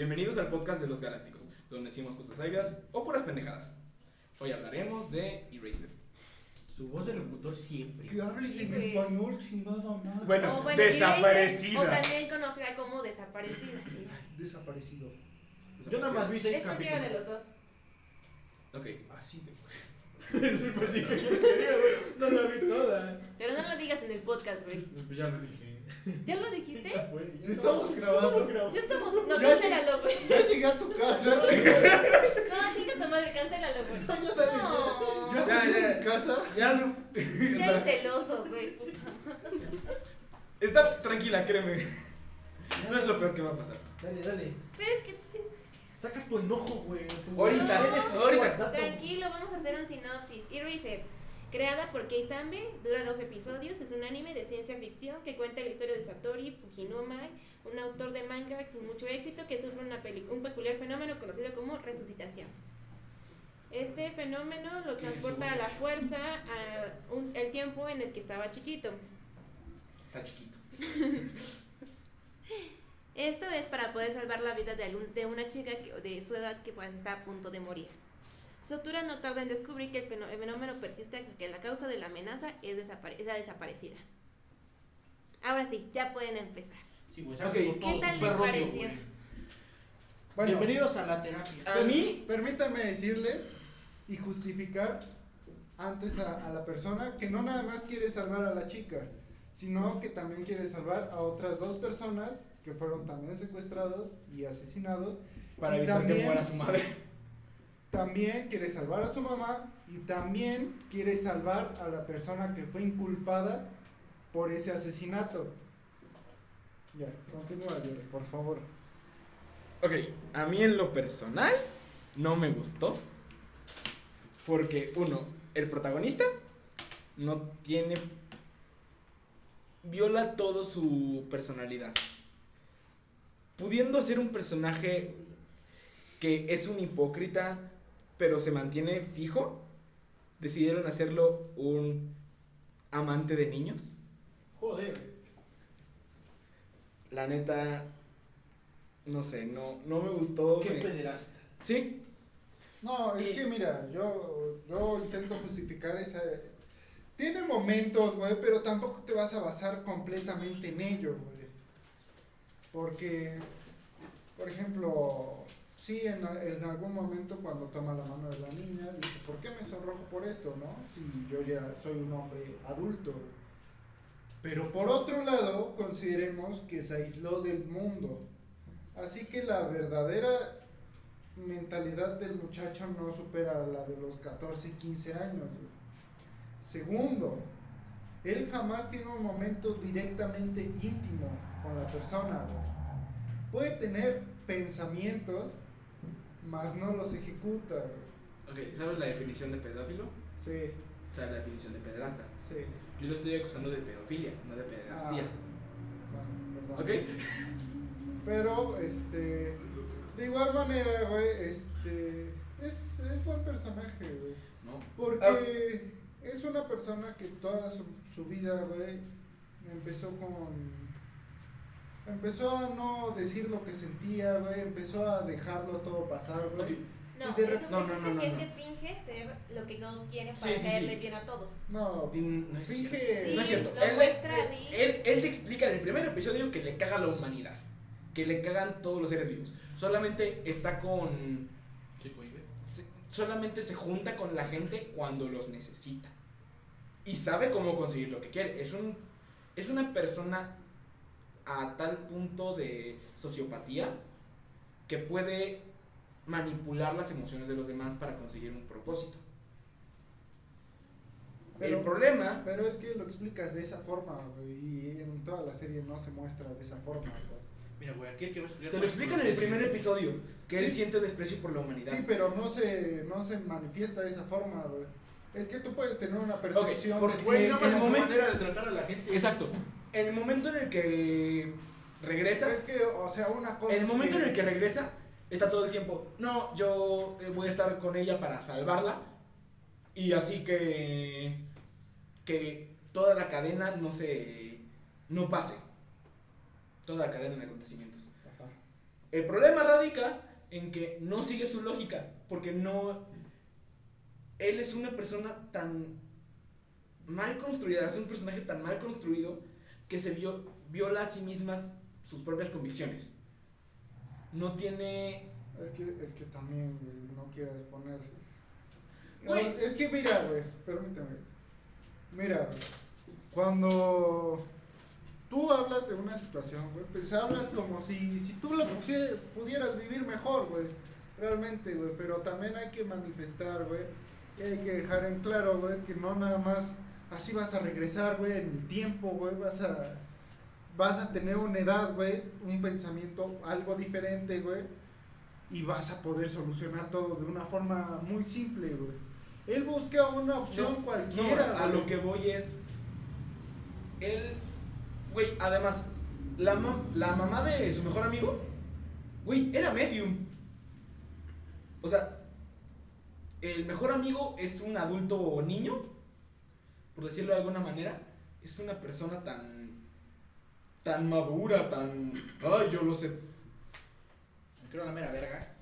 Bienvenidos al podcast de los Galácticos, donde decimos cosas sabias o puras pendejadas. Hoy hablaremos de Eraser. Su voz de locutor siempre. Que hables Sí, en güey. español, chingada madre. Bueno, O bueno, desaparecida. Eraser, O también conocida como desaparecida. Desaparecido. Yo nada más vi seis Es cualquiera de capítulos. los dos. Ok, Así de güey. Sí, pues sí, ¿qué quieres que diga, güey? No la vi toda. Pero no lo digas en el podcast, güey. Pues ya lo dije. ¿Ya lo dijiste? Ya fue, ya Estamos grabando. Ya estamos. No, Ya- cancélalo, güey. Ya llegué a tu casa. No, chica, tu madre, cancélalo, güey. Yo No. Ya, salí de ya. mi casa. ya su... Ya es celoso, güey. puta madre. Está tranquila, créeme. No es lo peor que va a pasar. Dale, dale. Pero es que t- Saca tu enojo, güey. tu- Ahorita, Tienes- ahorita. Dato. tranquilo, vamos a hacer un sinopsis. Eraser. Creada por Kei Sambe, dura dos episodios, es un anime de ciencia ficción que cuenta la historia de Satori Fujinoma, un autor de manga sin mucho éxito que sufre una peli- un peculiar fenómeno conocido como resucitación. Este fenómeno lo transporta a la fuerza a un- el tiempo en el que estaba chiquito. Está chiquito. Esto es para poder salvar la vida de, algún- de una chica que- de su edad que pues, está a punto de morir. Sotura no tarda en descubrir que el fenó- el fenómeno persiste hasta que la causa de la amenaza es, desapare- es la desaparecida. Ahora sí, ya pueden empezar. Sí, güey, saca Ok, tu- ¿qué todo tu tal les perro odio, pareció? güey. Bueno, Bienvenidos a la terapia. A mí, permítanme decirles y justificar antes a, a la persona que no nada más quiere salvar a la chica, sino que también quiere salvar a otras dos personas que fueron también secuestrados y asesinados. para Y evitar que también- muera su madre. también quiere salvar a su mamá y también quiere salvar a la persona que fue inculpada por ese asesinato. Ya, continúa, Yuri, por favor. Ok, a mí en lo personal no me gustó. Porque, uno, el protagonista no tiene. viola todo su personalidad. Pudiendo ser un personaje que es un hipócrita, pero se mantiene fijo, decidieron hacerlo un amante de niños. Joder. La neta, no sé, no, no me gustó. Qué me- pederasta. Sí, No, es Y- que mira, yo, yo intento justificar esa... Tiene momentos, güey, pero tampoco te vas a basar completamente en ello, güey. Porque, por ejemplo, sí, en, a- en algún momento cuando toma la mano de la niña, dice, ¿por qué me sonrojo por esto, no? Si yo ya soy un hombre adulto. Pero por otro lado, consideremos que se aisló del mundo. Así que la verdadera mentalidad del muchacho no supera la de los 14, 15 años. güey. Segundo, él jamás tiene un momento directamente íntimo con la persona. güey. Puede tener pensamientos, mas no los ejecuta. güey. Ok, ¿sabes la definición de pedófilo? Sí, O sea, la definición de pedrasta. sí. Ah, Yo lo estoy acusando de pedofilia, no de pedrastía. Bueno, perdón. ¿Ok? Pero, este, de igual manera, güey, este, es, es buen personaje, güey. No. Porque Ah. es una persona que toda su, su vida, güey, empezó con... Empezó a no decir lo que sentía, güey, empezó a dejarlo todo pasar, güey. Ok. Y No, de es re- un no, no, pinche no, no, que es no. que finge ser lo que todos quieren Sí, para sí, sí. caerle bien a todos. No, Mm, No es cierto. finge... Sí, no es cierto. lo Él, muestra él- ahí. él- él te explica en el primer episodio que le caga la humanidad. Que le cagan todos los seres vivos. Solamente está con. Chico, y ve. se- solamente se junta con la gente cuando los necesita. Y sabe cómo conseguir lo que quiere. Es un es una persona a tal punto de sociopatía que puede manipular las emociones de los demás para conseguir un propósito. Pero- el problema Pero es que lo explicas de esa forma, güey, y en toda la serie no se muestra de esa forma, güey. Mira, güey, aquí el que va a estudiar. te lo explican en el primer episodio que él Sí. siente desprecio por la humanidad. Sí, pero no se, no se manifiesta de esa forma, güey. Es que tú puedes tener una percepción porque- de- Güey, no En el más su momento- manera de tratar a la gente. Exacto. En el momento en el que regresa Es que, o sea, una cosa El es momento que- en el que regresa, está todo el tiempo, no, yo eh, voy a estar con ella para salvarla. Y así que. que toda la cadena no se. no pase. Toda la cadena de acontecimientos. Ajá. El problema radica en que no sigue su lógica, porque no... Él es una persona tan mal construida, es un personaje tan mal construido que se vio, viola a sí mismas sus propias convicciones. No tiene... Es que, es que también, güey, no quiero exponer. No, Güey. es que mira, güey, permítame. Mira, güey, cuando tú hablas de una situación, güey, pues hablas como si, si tú la pusie- pudieras vivir mejor, güey. Realmente, güey, pero también hay que manifestar, güey. y hay que dejar en claro, güey, que no nada más así vas a regresar, güey, en el tiempo, güey, vas a vas a tener una edad, güey, un pensamiento algo diferente, güey, y vas a poder solucionar todo de una forma muy simple, güey. Él busca una opción No, cualquiera. No, a güey. lo que voy es. Él. Güey, además, la, ma- la mamá de su mejor amigo, güey, era medium. O sea, el mejor amigo es un adulto o niño, por decirlo de alguna manera. Es una persona tan. tan madura, tan. Ay, yo lo sé. Creo la mera verga.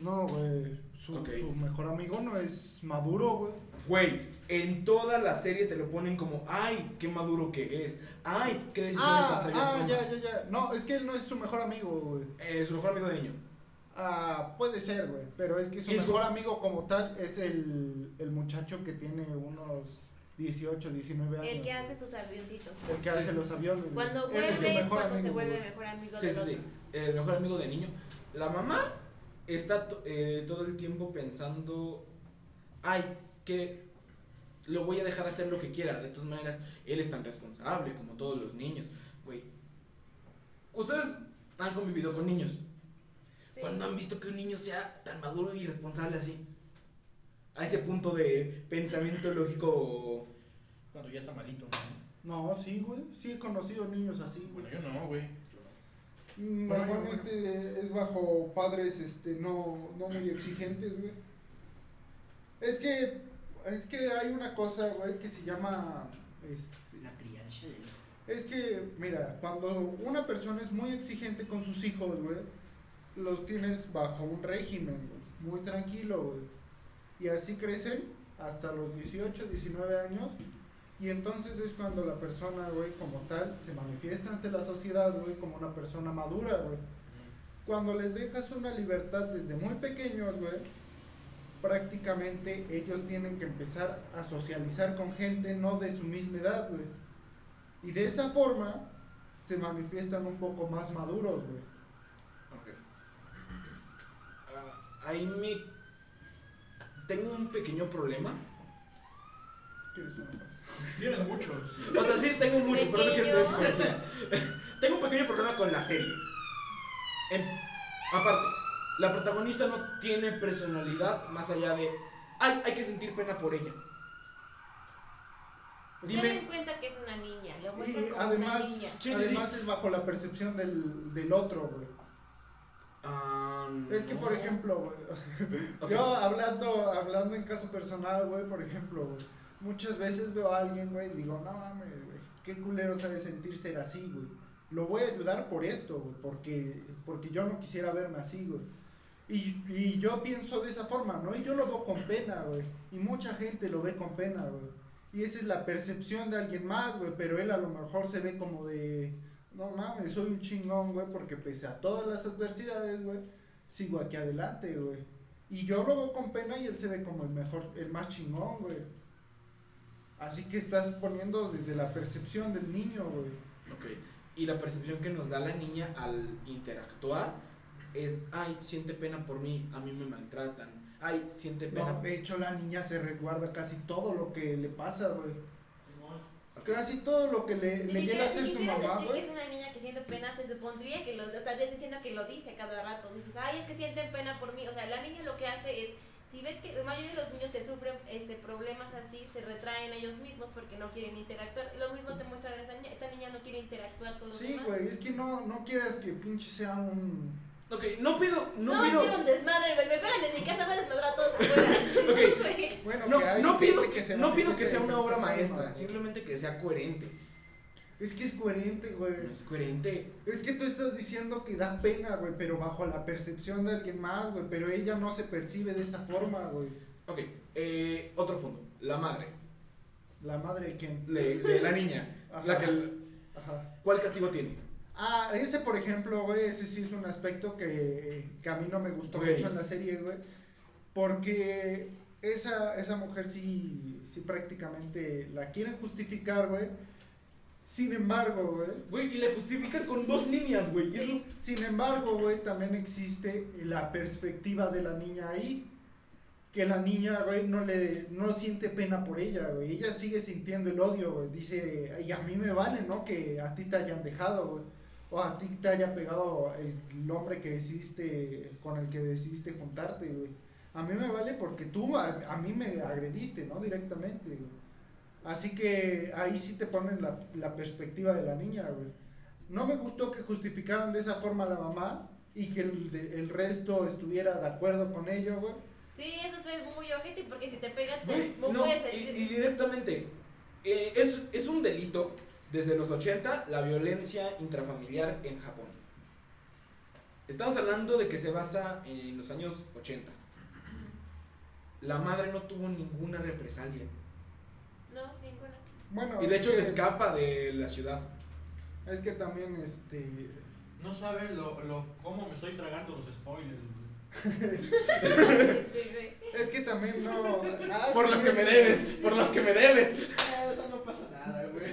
No, güey. Su, Ok. su mejor amigo no es maduro, güey. Güey, en toda la serie te lo ponen como, ay, qué maduro que es. Ay, qué decisiones tan Ah, sabias ah, toma". ya, ya, ya. No, es que él no es su mejor amigo, güey. Eh, su mejor amigo de niño. Ah, puede ser, güey. Pero es que su Y su- mejor amigo como tal es el, el muchacho que tiene unos 18, 19 años. El que hace sus avioncitos. El que Sí. hace los aviones. güey. Cuando Él es su vuelve es mejor cuando se amigo, vuelve güey. mejor amigo Sí, del sí, otro. sí. El mejor amigo de niño. La mamá está to- eh, todo el tiempo pensando, ay, que lo voy a dejar hacer lo que quiera. De todas maneras, él es tan responsable como todos los niños. Güey, ustedes han convivido con niños. Sí. ¿Cuándo han visto que un niño sea tan maduro y responsable así? A ese punto de pensamiento lógico. Cuando ya está malito. No, sí, güey. Sí he conocido niños así, güey. Bueno, yo no, güey. Mm, Bueno, Normalmente es bajo padres este no, no muy exigentes, güey. Es que es que hay una cosa, güey, que se llama este, La crianza del hijo. es que mira, cuando una persona es muy exigente con sus hijos, güey, los tienes bajo un régimen, güey, muy tranquilo, güey. Y así crecen hasta los 18, 19 años. Y entonces es cuando la persona, güey, como tal, se manifiesta ante la sociedad, güey, como una persona madura, güey cuando les dejas una libertad desde muy pequeños, güey, prácticamente ellos tienen que empezar a socializar con gente no de su misma edad, güey. Y de esa forma se manifiestan un poco más maduros, güey. Ah, ahí me. Tengo un pequeño problema. ¿Quieres una más? Tienen muchos. O sea, sí, tengo mucho, por eso quiero estar Pequeño. desconfiado. tengo un pequeño problema con la serie. En- aparte, la protagonista no tiene personalidad más allá de. Ay, hay que sentir pena por ella. Ten Dime. en cuenta que es una niña, lo muestran Y como una además, niña. Sí, sí, además es bajo la percepción del, del otro, güey. Ah, Es que, no. por ejemplo, güey, Ok. Yo hablando, hablando en caso personal, güey, por ejemplo, güey, muchas veces veo a alguien, güey, y digo, no mames, güey, qué culero sabe sentir ser así, güey. Lo voy a ayudar por esto, güey, porque, porque yo no quisiera verme así, güey. Y, y yo pienso de esa forma, ¿no? Y yo lo veo con pena, güey. Y mucha gente lo ve con pena, güey. Y esa es la percepción de alguien más, güey. Pero él a lo mejor se ve como de, no mames, soy un chingón, güey, porque pese a todas las adversidades, güey, sigo aquí adelante, güey. Y yo lo veo con pena y él se ve como el mejor, el más chingón, güey. Así que estás poniendo desde la percepción del niño, güey. Ok. Y la percepción que nos da la niña al interactuar es, ay, siente pena por mí, a mí me maltratan. Ay, siente pena. No, de hecho la niña se resguarda casi todo lo que le pasa, güey. Ok. Casi todo lo que le, Si le llega a dijeras- hacer si su quisieras mamá, decir que güey. es una niña que siente pena, se supondría que lo estarías diciendo que lo dice cada rato. Dices, ay, es que sienten pena por mí. O sea, la niña lo que hace es, si ves que la mayoría de los niños que sufren este, problemas así se retraen ellos mismos porque no quieren interactuar. Lo mismo te muestra esa niña. Esta niña no quiere interactuar con los Sí, demás. güey, es que no, no quieras que pinche sea un... Ok, no pido, no, No, pido. es que era un desmadre, güey. Me pegan desde mi casa, voy a desmadrar a todos afuera. Ok. Güey. Bueno, No, que hay no gente pido, se no pido que manifiesta sea de una obra diferente maestra, forma, güey. simplemente que sea coherente. Es que es coherente, güey. No es coherente. Es que tú estás diciendo que da pena, güey, pero bajo la percepción de alguien más, güey. Pero ella no se percibe de esa forma, güey. Ok, eh, otro punto. La madre La madre quien. le- de la niña. Ajá. la que- Ajá. ¿Cuál castigo tiene? Ah, ese por ejemplo, güey, ese sí es un aspecto que, que a mí no me gustó Güey. mucho en la serie, güey. Porque esa, esa mujer sí, sí prácticamente la quieren justificar, güey. Sin embargo, güey. Güey, y la justifican con dos líneas, güey. y es lo- Sin embargo, güey, también existe la perspectiva de la niña ahí. Que la niña, güey, no le no siente pena por ella, güey. Ella sigue sintiendo el odio, güey. Dice, y a mí me vale, ¿no? Que a ti te hayan dejado, güey. O a ti te haya pegado el hombre que decidiste, con el que decidiste juntarte, güey. A mí me vale porque tú a, a mí me agrediste, ¿no? Directamente, güey. Así que ahí sí te ponen la, la perspectiva de la niña, güey. No me gustó que justificaran de esa forma a la mamá y que el, de- el resto estuviera de acuerdo con ello, güey. Sí, eso fue muy ojete porque si te pegan Güey, te no no, puedes y, decir. y directamente, eh, es, es un delito desde los 80 la violencia intrafamiliar en Japón. Estamos hablando de que se basa en los años 80. La madre no tuvo ninguna represalia. No, ninguna. Bueno, Y de es hecho que- se escapa de la ciudad. Es que también, este... No saben lo, lo, cómo me estoy tragando los spoilers. güey. Este, Sí, güey. Es que también no... Ah, Por sí, los que me güey. debes, por los que me debes. Ah, eso no pasa nada, güey.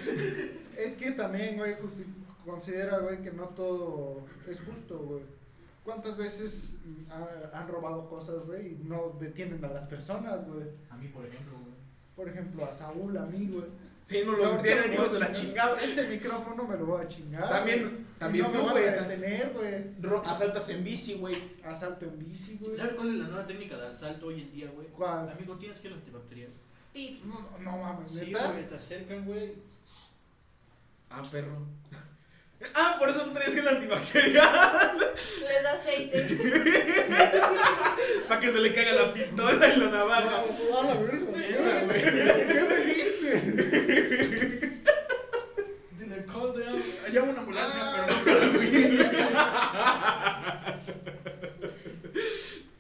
Es que también, güey, justi- considera, güey, que no todo es justo, güey. ¿Cuántas veces mm, ha- han robado cosas, güey, y no detienen a las personas, güey? A mí, por ejemplo, güey. Por ejemplo, a Saúl, a mí, güey. Sí, no Yo los ahorita tienen, me voy a hijos de la chingar. chingada. Este micrófono me lo voy a chingar. güey. También, también no me tú, van a güey. detener, güey. ro- Asaltas en bici, güey. Asalto en bici, güey. ¿Sabes cuál es la nueva técnica de asalto hoy en día, güey? ¿Cuál? Amigo, tienes que ir al antibacterial. Tips. No, no mames, Sí, neta. güey, te acercan, güey. Ah, perro. Ah, por eso no traes el antibacterial. Les da aceite. Para que se le caiga la pistola y la navaja. No, a la verga. Piensa, güey. ¿Qué me diste? Dile, call down. Llama una ambulancia, Ah. pero no.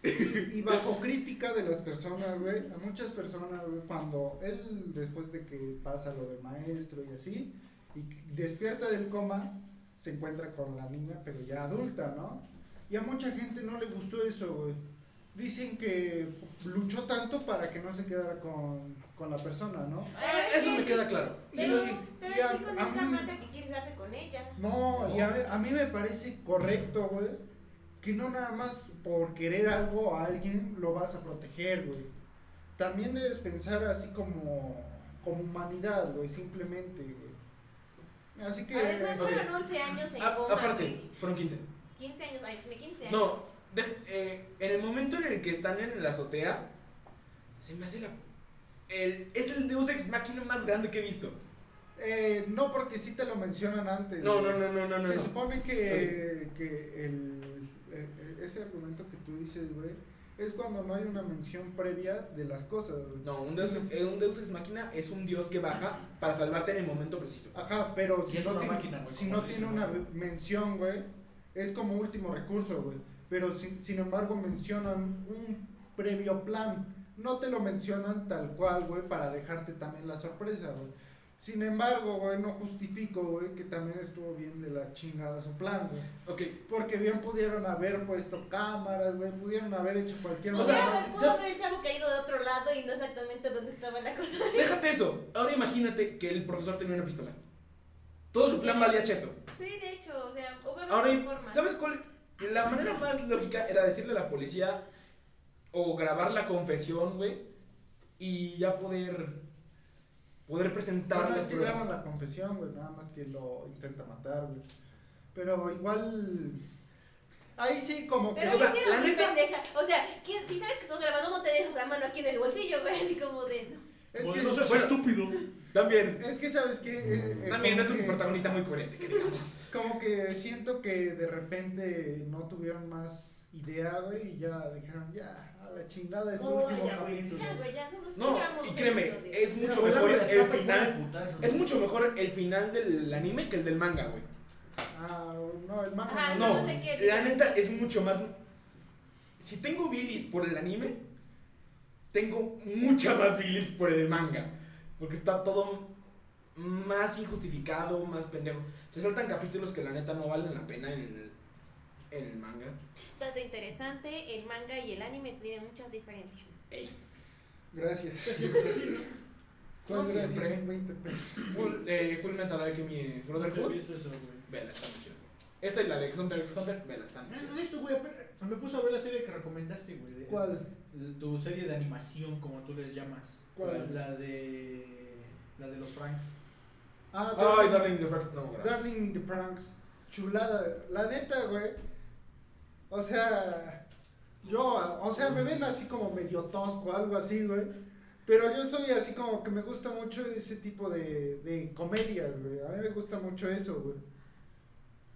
Y bajo crítica de las personas, güey, a muchas personas, güey, cuando él, después de que pasa lo del maestro y así, y despierta del coma, se encuentra con la niña, pero ya adulta, ¿no? Y a mucha gente no le gustó eso, güey. Dicen que luchó tanto para que no se quedara con, con la persona, ¿no? Ah, Eso me queda claro. Pero, Y- pero y a- el chico a nunca mí- marca que quiere darse con ella. No, y a, a mí me parece correcto, güey, que no nada más por querer algo a alguien lo vas a proteger, güey. También debes pensar así como, como humanidad, güey, simplemente, güey. Así que... Además, Ok. fueron 11 años en A- coma. Ah, aparte, güey. fueron 15. 15 años, ay, de 15 años. No. De- eh, en el momento en el que están en la azotea, se me hace la. El, es el Deus Ex Machina más grande que he visto. eh, no, porque sí te lo mencionan antes. No, güey. no, no, no, no. no, Se no. supone que, que el, eh, ese argumento que tú dices, güey, es cuando no hay una mención previa de las cosas, güey. No, un Deus, Sí. eh, un Deus Ex Machina es un dios que baja para salvarte en el momento preciso. Ajá, pero si es no una tiene, máquina, güey, si como no le tiene dicen, una güey. mención, güey, es como último recurso, güey. Pero sin, sin embargo mencionan un previo plan. No te lo mencionan tal cual, güey, para dejarte también la sorpresa, güey. Sin embargo, güey, no justifico, güey, que también estuvo bien de la chingada su plan, güey. Ok. Porque bien pudieron haber puesto cámaras, güey, pudieron haber hecho cualquier... O O sea, sea, o sea- pudo haber el chavo caído de otro lado y no exactamente dónde estaba la cosa. Déjate eso. Ahora imagínate que el profesor tenía una pistola. Todo su plan valía cheto. Sí, de hecho, o sea, hubo Ahora, muchas formas. ¿sabes cuál? La manera más lógica era decirle a la policía o grabar la confesión, güey, y ya poder poder presentar Bueno, las es que pruebas. graban la confesión, güey, nada más que lo intenta matar, güey. Pero igual. Ahí sí, como que. Pero o sea, hicieron la muy neta- pendeja. O sea, ¿quién- si sabes que estás grabando, no te dejas la mano aquí en el bolsillo, güey. Así como de. No. es, Pues Bueno, que no seas bueno. estúpido. También, es que, ¿sabes qué? Eh, eh, también como es un que- protagonista muy coherente, que digamos. Como que siento que de repente no tuvieron más idea, güey, y ya dijeron, ya, a la chingada, es tu Oh, último ya, güey, capítulo. Ya, güey, ya somos No, llevamos y un créeme, episodio. es mucho mejor el final. Es mucho mejor el final del anime que el del manga, güey. Ah, no, el manga. Ajá, No, no sé qué. la neta es mucho más. Si tengo bilis por el anime, tengo mucha más bilis por el manga. Porque está todo más injustificado, más pendejo. Se saltan capítulos que la neta no valen la pena en el, en el manga. Tanto interesante, el manga y el anime tienen muchas diferencias. Ey, Gracias. ¿Cuál No, gracias? siempre. Son 20 pesos. full, eh, full Metal Alchemy he Brotherhood, visto eso, güey. vela, está muy chido. Esta y la de Hunter x Hunter, vela, está muy Hablando chido. de esto, güey, apenas- me puse a ver la serie que recomendaste, güey. de- ¿Cuál? l- Tu serie de animación, como tú les llamas. ¿Cuál? La de. La de los Franks. Ah, Ay, Darling- Darling in the Franxx, no, gracias. Darling in the Franks. Chulada. La neta, güey. O sea, yo, o sea, me ven así como medio tosco, algo así, güey. Pero yo soy así como que me gusta mucho ese tipo de, de comedias, güey. A mí me gusta mucho eso, güey.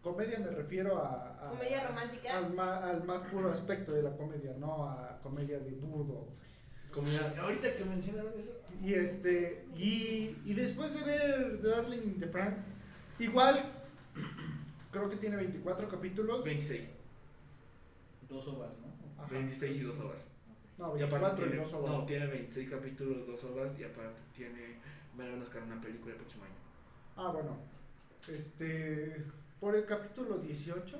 Comedia me refiero a... a- Comedia romántica. Al, ma- al más puro aspecto de la comedia, no a comedia de burdo. Comunidad. Ahorita que mencionaron eso. Y este, y, y después de ver Darling de Frank, igual creo que tiene 24 capítulos. 26. Dos ovas, ¿no? Ajá. 26 y 2 horas. No, Y aparte 24 Ah, y tiene, dos ovas. No, tiene 26 capítulos, 2 horas y aparte tiene van a Oscar una película el próximo año. Ah, bueno. Este, por el capítulo 18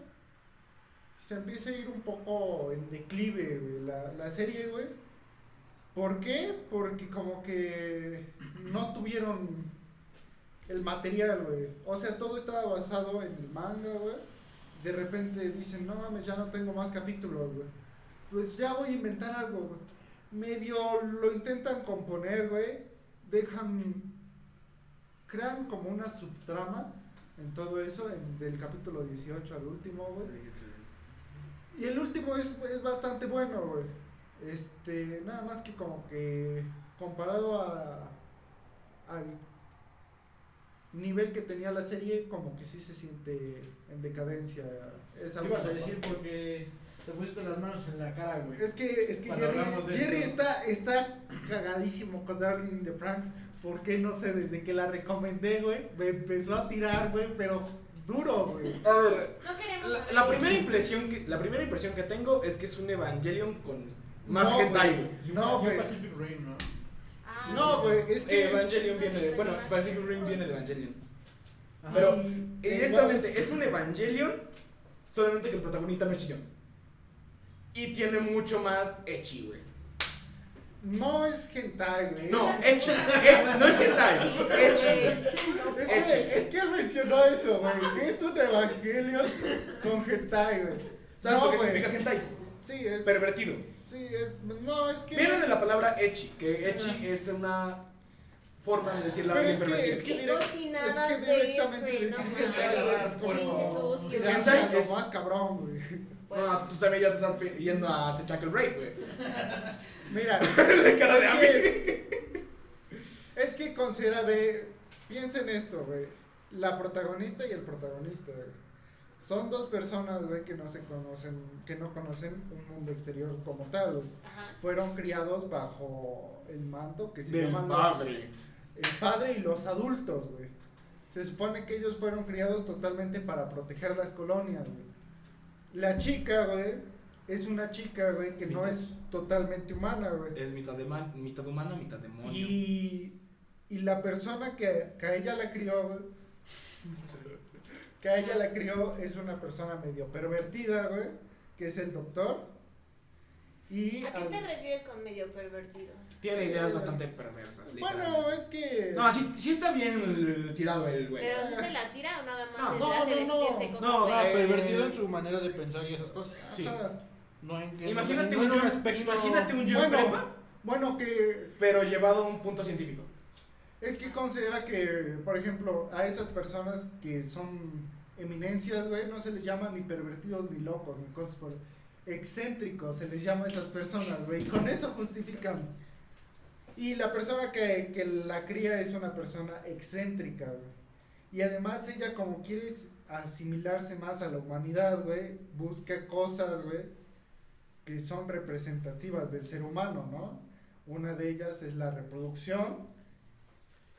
se empieza a ir un poco en declive güey, la, la serie, güey. ¿Por qué? Porque como que no tuvieron el material, güey. O sea, todo estaba basado en el manga, güey. De repente dicen, no mames, ya no tengo más capítulos, güey. Pues ya voy a inventar algo, güey. Medio lo intentan componer, güey. Dejan crean como una subtrama en todo eso, en- del capítulo 18 al último, güey. Y el último es, es bastante bueno, güey. Este, nada más que como que comparado a al nivel que tenía la serie, como que sí se siente en decadencia. Esa ¿Qué ibas a última decir? parte. Porque te pusiste las manos en la cara, güey. Es que, es que Cuando Jerry, hablamos de Jerry esto. está, está cagadísimo con Darling de Franks. Porque no sé, desde que la recomendé, güey, me empezó a tirar, güey, pero duro, güey. A ver, No queremos. la, la primera impresión que, la primera impresión que tengo es que es un Evangelion con más No, gente hentai, güey. Y un- No, y un güey. Pacific Rim, ¿no? Ah, No, güey, es que. Evangelion viene de. Eh, Bueno, Pacific Rim viene de Evangelion. Ajá. pero Y- Y Directamente, es un Evangelion, solamente que el protagonista no es chillón. Y tiene mucho más echi, güey. No es hentai, güey. No, echi, eh, no es hentai, echi. Es Echi. que, es que él mencionó eso, güey. que Es un evangelio con hentai, güey. ¿Sabes No, por qué güey. significa hentai? Sí, es. Pervertido. Sí, es. No, es que. Viene no de es- la palabra echi, que echi es una forma de decir la Pero palabra es que, es pervertido. que, direct- cochinadas es que ves, directamente güey, no decís mames, hentai, es como. Ah, pinche sucio. Ya, Hentai ya, lo es- más cabrón, güey. No, tú también ya te estás pi- yendo a The Tackle Rape, güey. Mira. La cara de Ami. es, que, es que considera de. Piensa en esto, güey. La protagonista y el protagonista, güey. Son dos personas, güey, que no se conocen, que no conocen un mundo exterior como tal. güey. Ajá. Fueron criados bajo el mando que se Del llaman los- padre. el padre y los adultos, güey. Se supone que ellos fueron criados totalmente para proteger las colonias, güey. La chica, güey, es una chica, güey, que no es totalmente humana, güey. Es mitad, de man- mitad humana, mitad demonio. Y, y la persona que, que a ella la crió, güey, que a ella la crió es una persona medio pervertida, güey, que es el doctor. Y ¿A qué al- te refieres con medio pervertido? Tiene ideas bastante perversas, bueno, literalmente. es que No, sí, sí está bien tirado el güey. ¿Pero si se la tira o nada más? No, es Ah, no, la de no, no. vestirse como No, perro? eh, pervertido en Ah, su manera de pensar y esas cosas. Ajá. sí. No Imagínate un John, imagínate un John Bueno. prepa, bueno que pero llevado a un punto científico. es que considera que, por ejemplo, a esas personas que son eminencias, güey, no se les llama ni pervertidos ni locos ni cosas por excéntricos, se les llama a esas personas, güey, y con eso justifican. Y la persona que, que la cría es una persona excéntrica, güey. Y además ella como quiere asimilarse más a la humanidad, güey, busca cosas, güey, que son representativas del ser humano, ¿no? Una de ellas es la reproducción,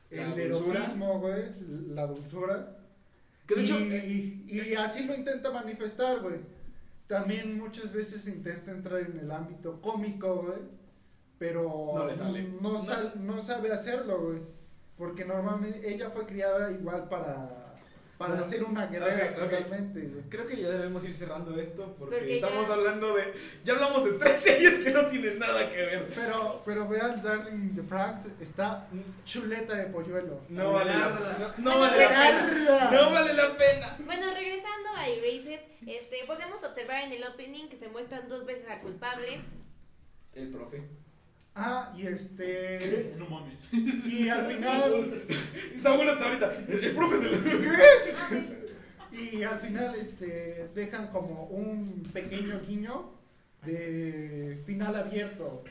La el dulzura. erotismo, güey, la dulzura. Que de hecho, y, eh, y- y así lo intenta manifestar, güey. También muchas veces intenta entrar en el ámbito cómico, güey. Pero No le sale. no sal- no sabe hacerlo, güey. Porque normalmente ella fue criada igual para, para Bueno, ser una ok, guerrera ok. totalmente, güey. creo que ya debemos ir cerrando esto porque, Porque ya- estamos hablando de. Ya hablamos de tres series que no tienen nada que ver. Pero, pero vean, Darling de Franks está chuleta de polluelo. No vale la, Arda. no, no vale la pena. Arda. No vale la pena. Bueno, regresando a Erased, este, podemos observar en el opening que se muestran dos veces al culpable. El profe. Ah, y este. No mames. Y al final. Saúl hasta ahorita. El, el profe se le. ¿Qué? Ah, Y al final, este. Dejan como un pequeño guiño de final abierto.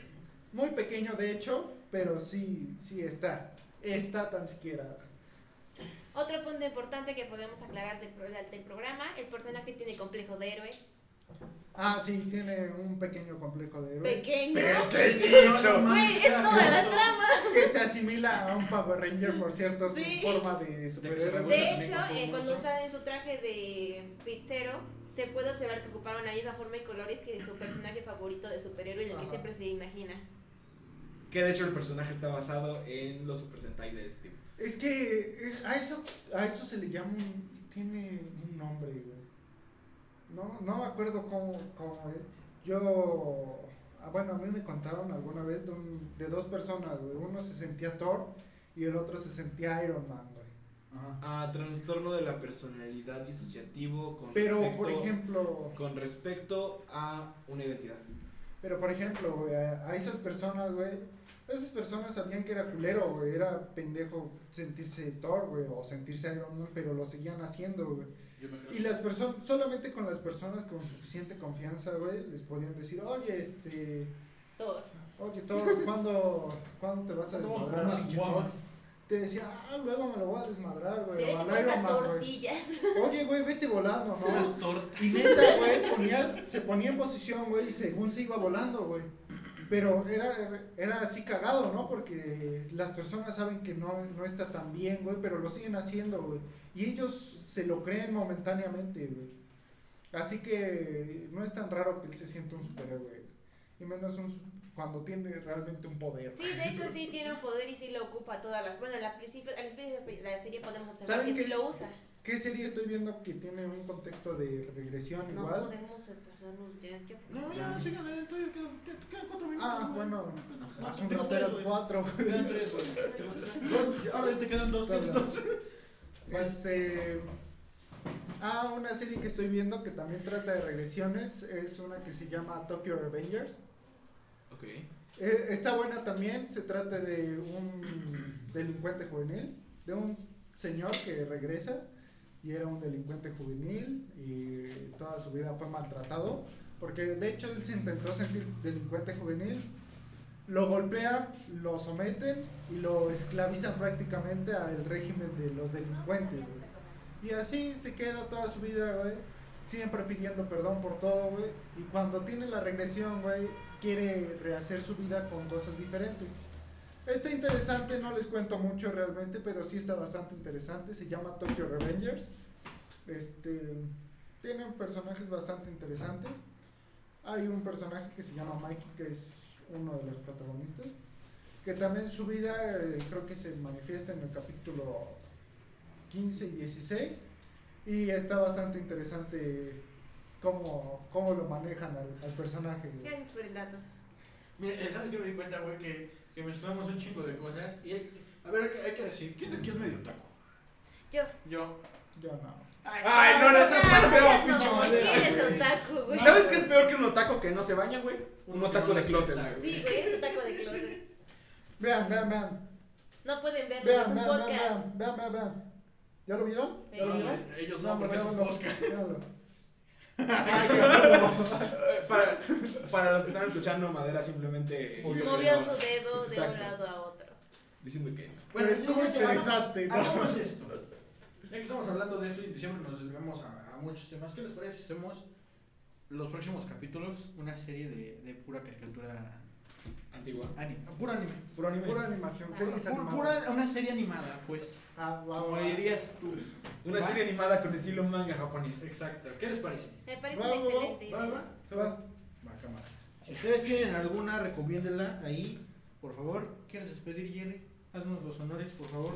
Muy pequeño, de hecho, pero sí, sí está. Está tan siquiera. Otro punto importante que podemos aclarar del, pro- del programa, el personaje tiene complejo de héroe. Ah, sí, tiene un pequeño complejo de héroe. Pequeño. Pequeñito. Güey, es toda la trama. que se asimila a un Power Ranger, por cierto, Sí. su forma de superhéroe. Bueno, De también hecho, cuando eh, uno cuando usa- está en su traje de pizzero, se puede observar que ocuparon la misma forma y colores que su personaje favorito de superhéroe, el que Ajá. siempre se imagina. Que de hecho el personaje está basado en los Super Sentai de este Steve. Es que es- a eso a eso se le llama un, tiene un nombre, güey. No, no me acuerdo cómo, cómo es. Yo ah, bueno, a mí me contaron alguna vez de, un- de dos personas, güey. Uno se sentía Thor y el otro se sentía Iron Man, güey. Ah, trastorno de la personalidad disociativo con Pero respecto, por ejemplo, con respecto a una identidad. pero por ejemplo, güey, a, a esas personas, güey, esas personas sabían que era culero, güey, era pendejo sentirse Thor, güey, o sentirse Iron Man, pero lo seguían haciendo, güey. Yo me Y las personas, solamente con las personas con suficiente confianza, güey, les podían decir, oye, este, Thor. oye, Thor, ¿cuándo, ¿cuándo te vas a Vamos por desmadrar, unas pinche Thor?" guamas. Te decía, ah, luego me lo voy a desmadrar, güey, Derecho o al con Iron las Man, pues. güey. tortillas. Oye, güey, vete volando, ¿no? Unas tortas. Y neta, güey, ponía, se ponía en posición, güey, y según se iba volando, güey. Pero era, era así cagado, ¿no? Porque las personas saben que no, no está tan bien, güey, pero lo siguen haciendo, güey. Y ellos se lo creen momentáneamente, güey. Así que no es tan raro que él se sienta un superhéroe. Y menos un, su- cuando tiene realmente un poder. Sí, de hecho sí tiene un poder y sí lo ocupa todas las. Bueno, al principio, al principio de la serie podemos observar ¿Saben que sí qué? lo usa. ¿Qué serie estoy viendo que tiene un contexto de regresión No igual? podemos pasarnos ya. ya- No, ya, sigan adelante. ya quedan- te- te Quedan cuatro minutos. Ah, güey. bueno, No, hace un tengo rato eran tres, güey. cuatro, Te güey. Quedan tres, güey. Dos, ya, Ahora te quedan dos. tienes Claro. dos. Este. Ah, una serie que estoy viendo que también trata de regresiones es una que se llama Tokyo Revengers. Ok. Eh, está buena también, se trata de un delincuente juvenil, de un señor que regresa y era un delincuente juvenil y toda su vida fue maltratado, porque de hecho él se intentó sentir delincuente juvenil, lo golpean, lo someten y lo esclavizan prácticamente al régimen de los delincuentes. güey. Y así se queda toda su vida, güey. Siempre pidiendo perdón por todo, güey. Y cuando tiene la regresión, güey, quiere rehacer su vida con cosas diferentes. Está interesante, no les cuento mucho realmente, pero sí está bastante interesante. Se llama Tokyo Revengers. Este, tienen personajes bastante interesantes. Hay un personaje que se llama Mikey, que es uno de los protagonistas. Que también su vida eh, creo que se manifiesta en el capítulo 15 y 16. Y está bastante interesante cómo, cómo lo manejan al, al personaje. güey. Gracias por el dato. Mira, ¿sabes que me di cuenta, güey? Que, que mezclamos un chingo de cosas. Y hay, a ver, hay que, hay que decir, ¿quién de aquí es medio taco? Yo. Yo. Yo no. Ay, no, no, seas Ah, no feo, seas pinche mamón, sí madera. eres otaku, güey. ¿Sabes qué es peor que un otaco que no se baña, güey? Un Uno que otaco no de closet. necesita, güey. Sí, güey, eres otaku de closet. Vean, vean, vean. No pueden verlo, es Vean, vean, un vean, podcast. vean, vean, vean, vean. ¿Ya lo vieron? ¿Ya lo Sí. vieron? Ellos no, porque es un véanlo, podcast. véanlo. Ay, qué asco. Eh, Para, para los que están escuchando, Madera simplemente Movió Movió su dedo de Exacto. un lado a otro. diciendo que no. Pero estuvo ya, ya, interesante, ¿no? Hagamos esto. Ya que estamos hablando de eso y siempre nos desviamos a, a muchos temas, ¿qué les parece si hacemos los próximos capítulos una serie de, de pura caricatura Antigua. anime. Puro anime. Puro anime. Pura animación, Ah, series Pura, animadas. pura- una serie animada, pues. Ah, va, Como va. dirías tú. Una ¿Va? serie animada con estilo manga japonés. Exacto. ¿Qué les parece? Me parece Va, va, va, excelente. va, va, se va. Va, cámara. Si ustedes tienen alguna, recomiéndenla ahí, por favor. ¿Quieres despedir, Jerry? Haznos los honores, por favor.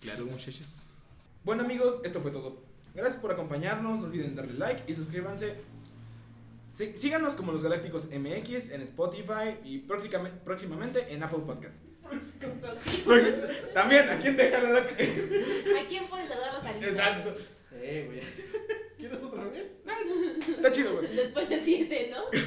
Claro, muchachos. Bueno, amigos, esto fue todo. Gracias por acompañarnos. No olviden darle like y suscríbanse. Sí- Síganos como los Galácticos MX en Spotify y próxicame- próximamente en Apple Podcast. Próxim- También, ¿a quién dejan la ¿A quién pones a dar la salida? Exacto. Eh, güey. ¿Quieres otra vez? Está chido, güey. Después de siete, ¿no?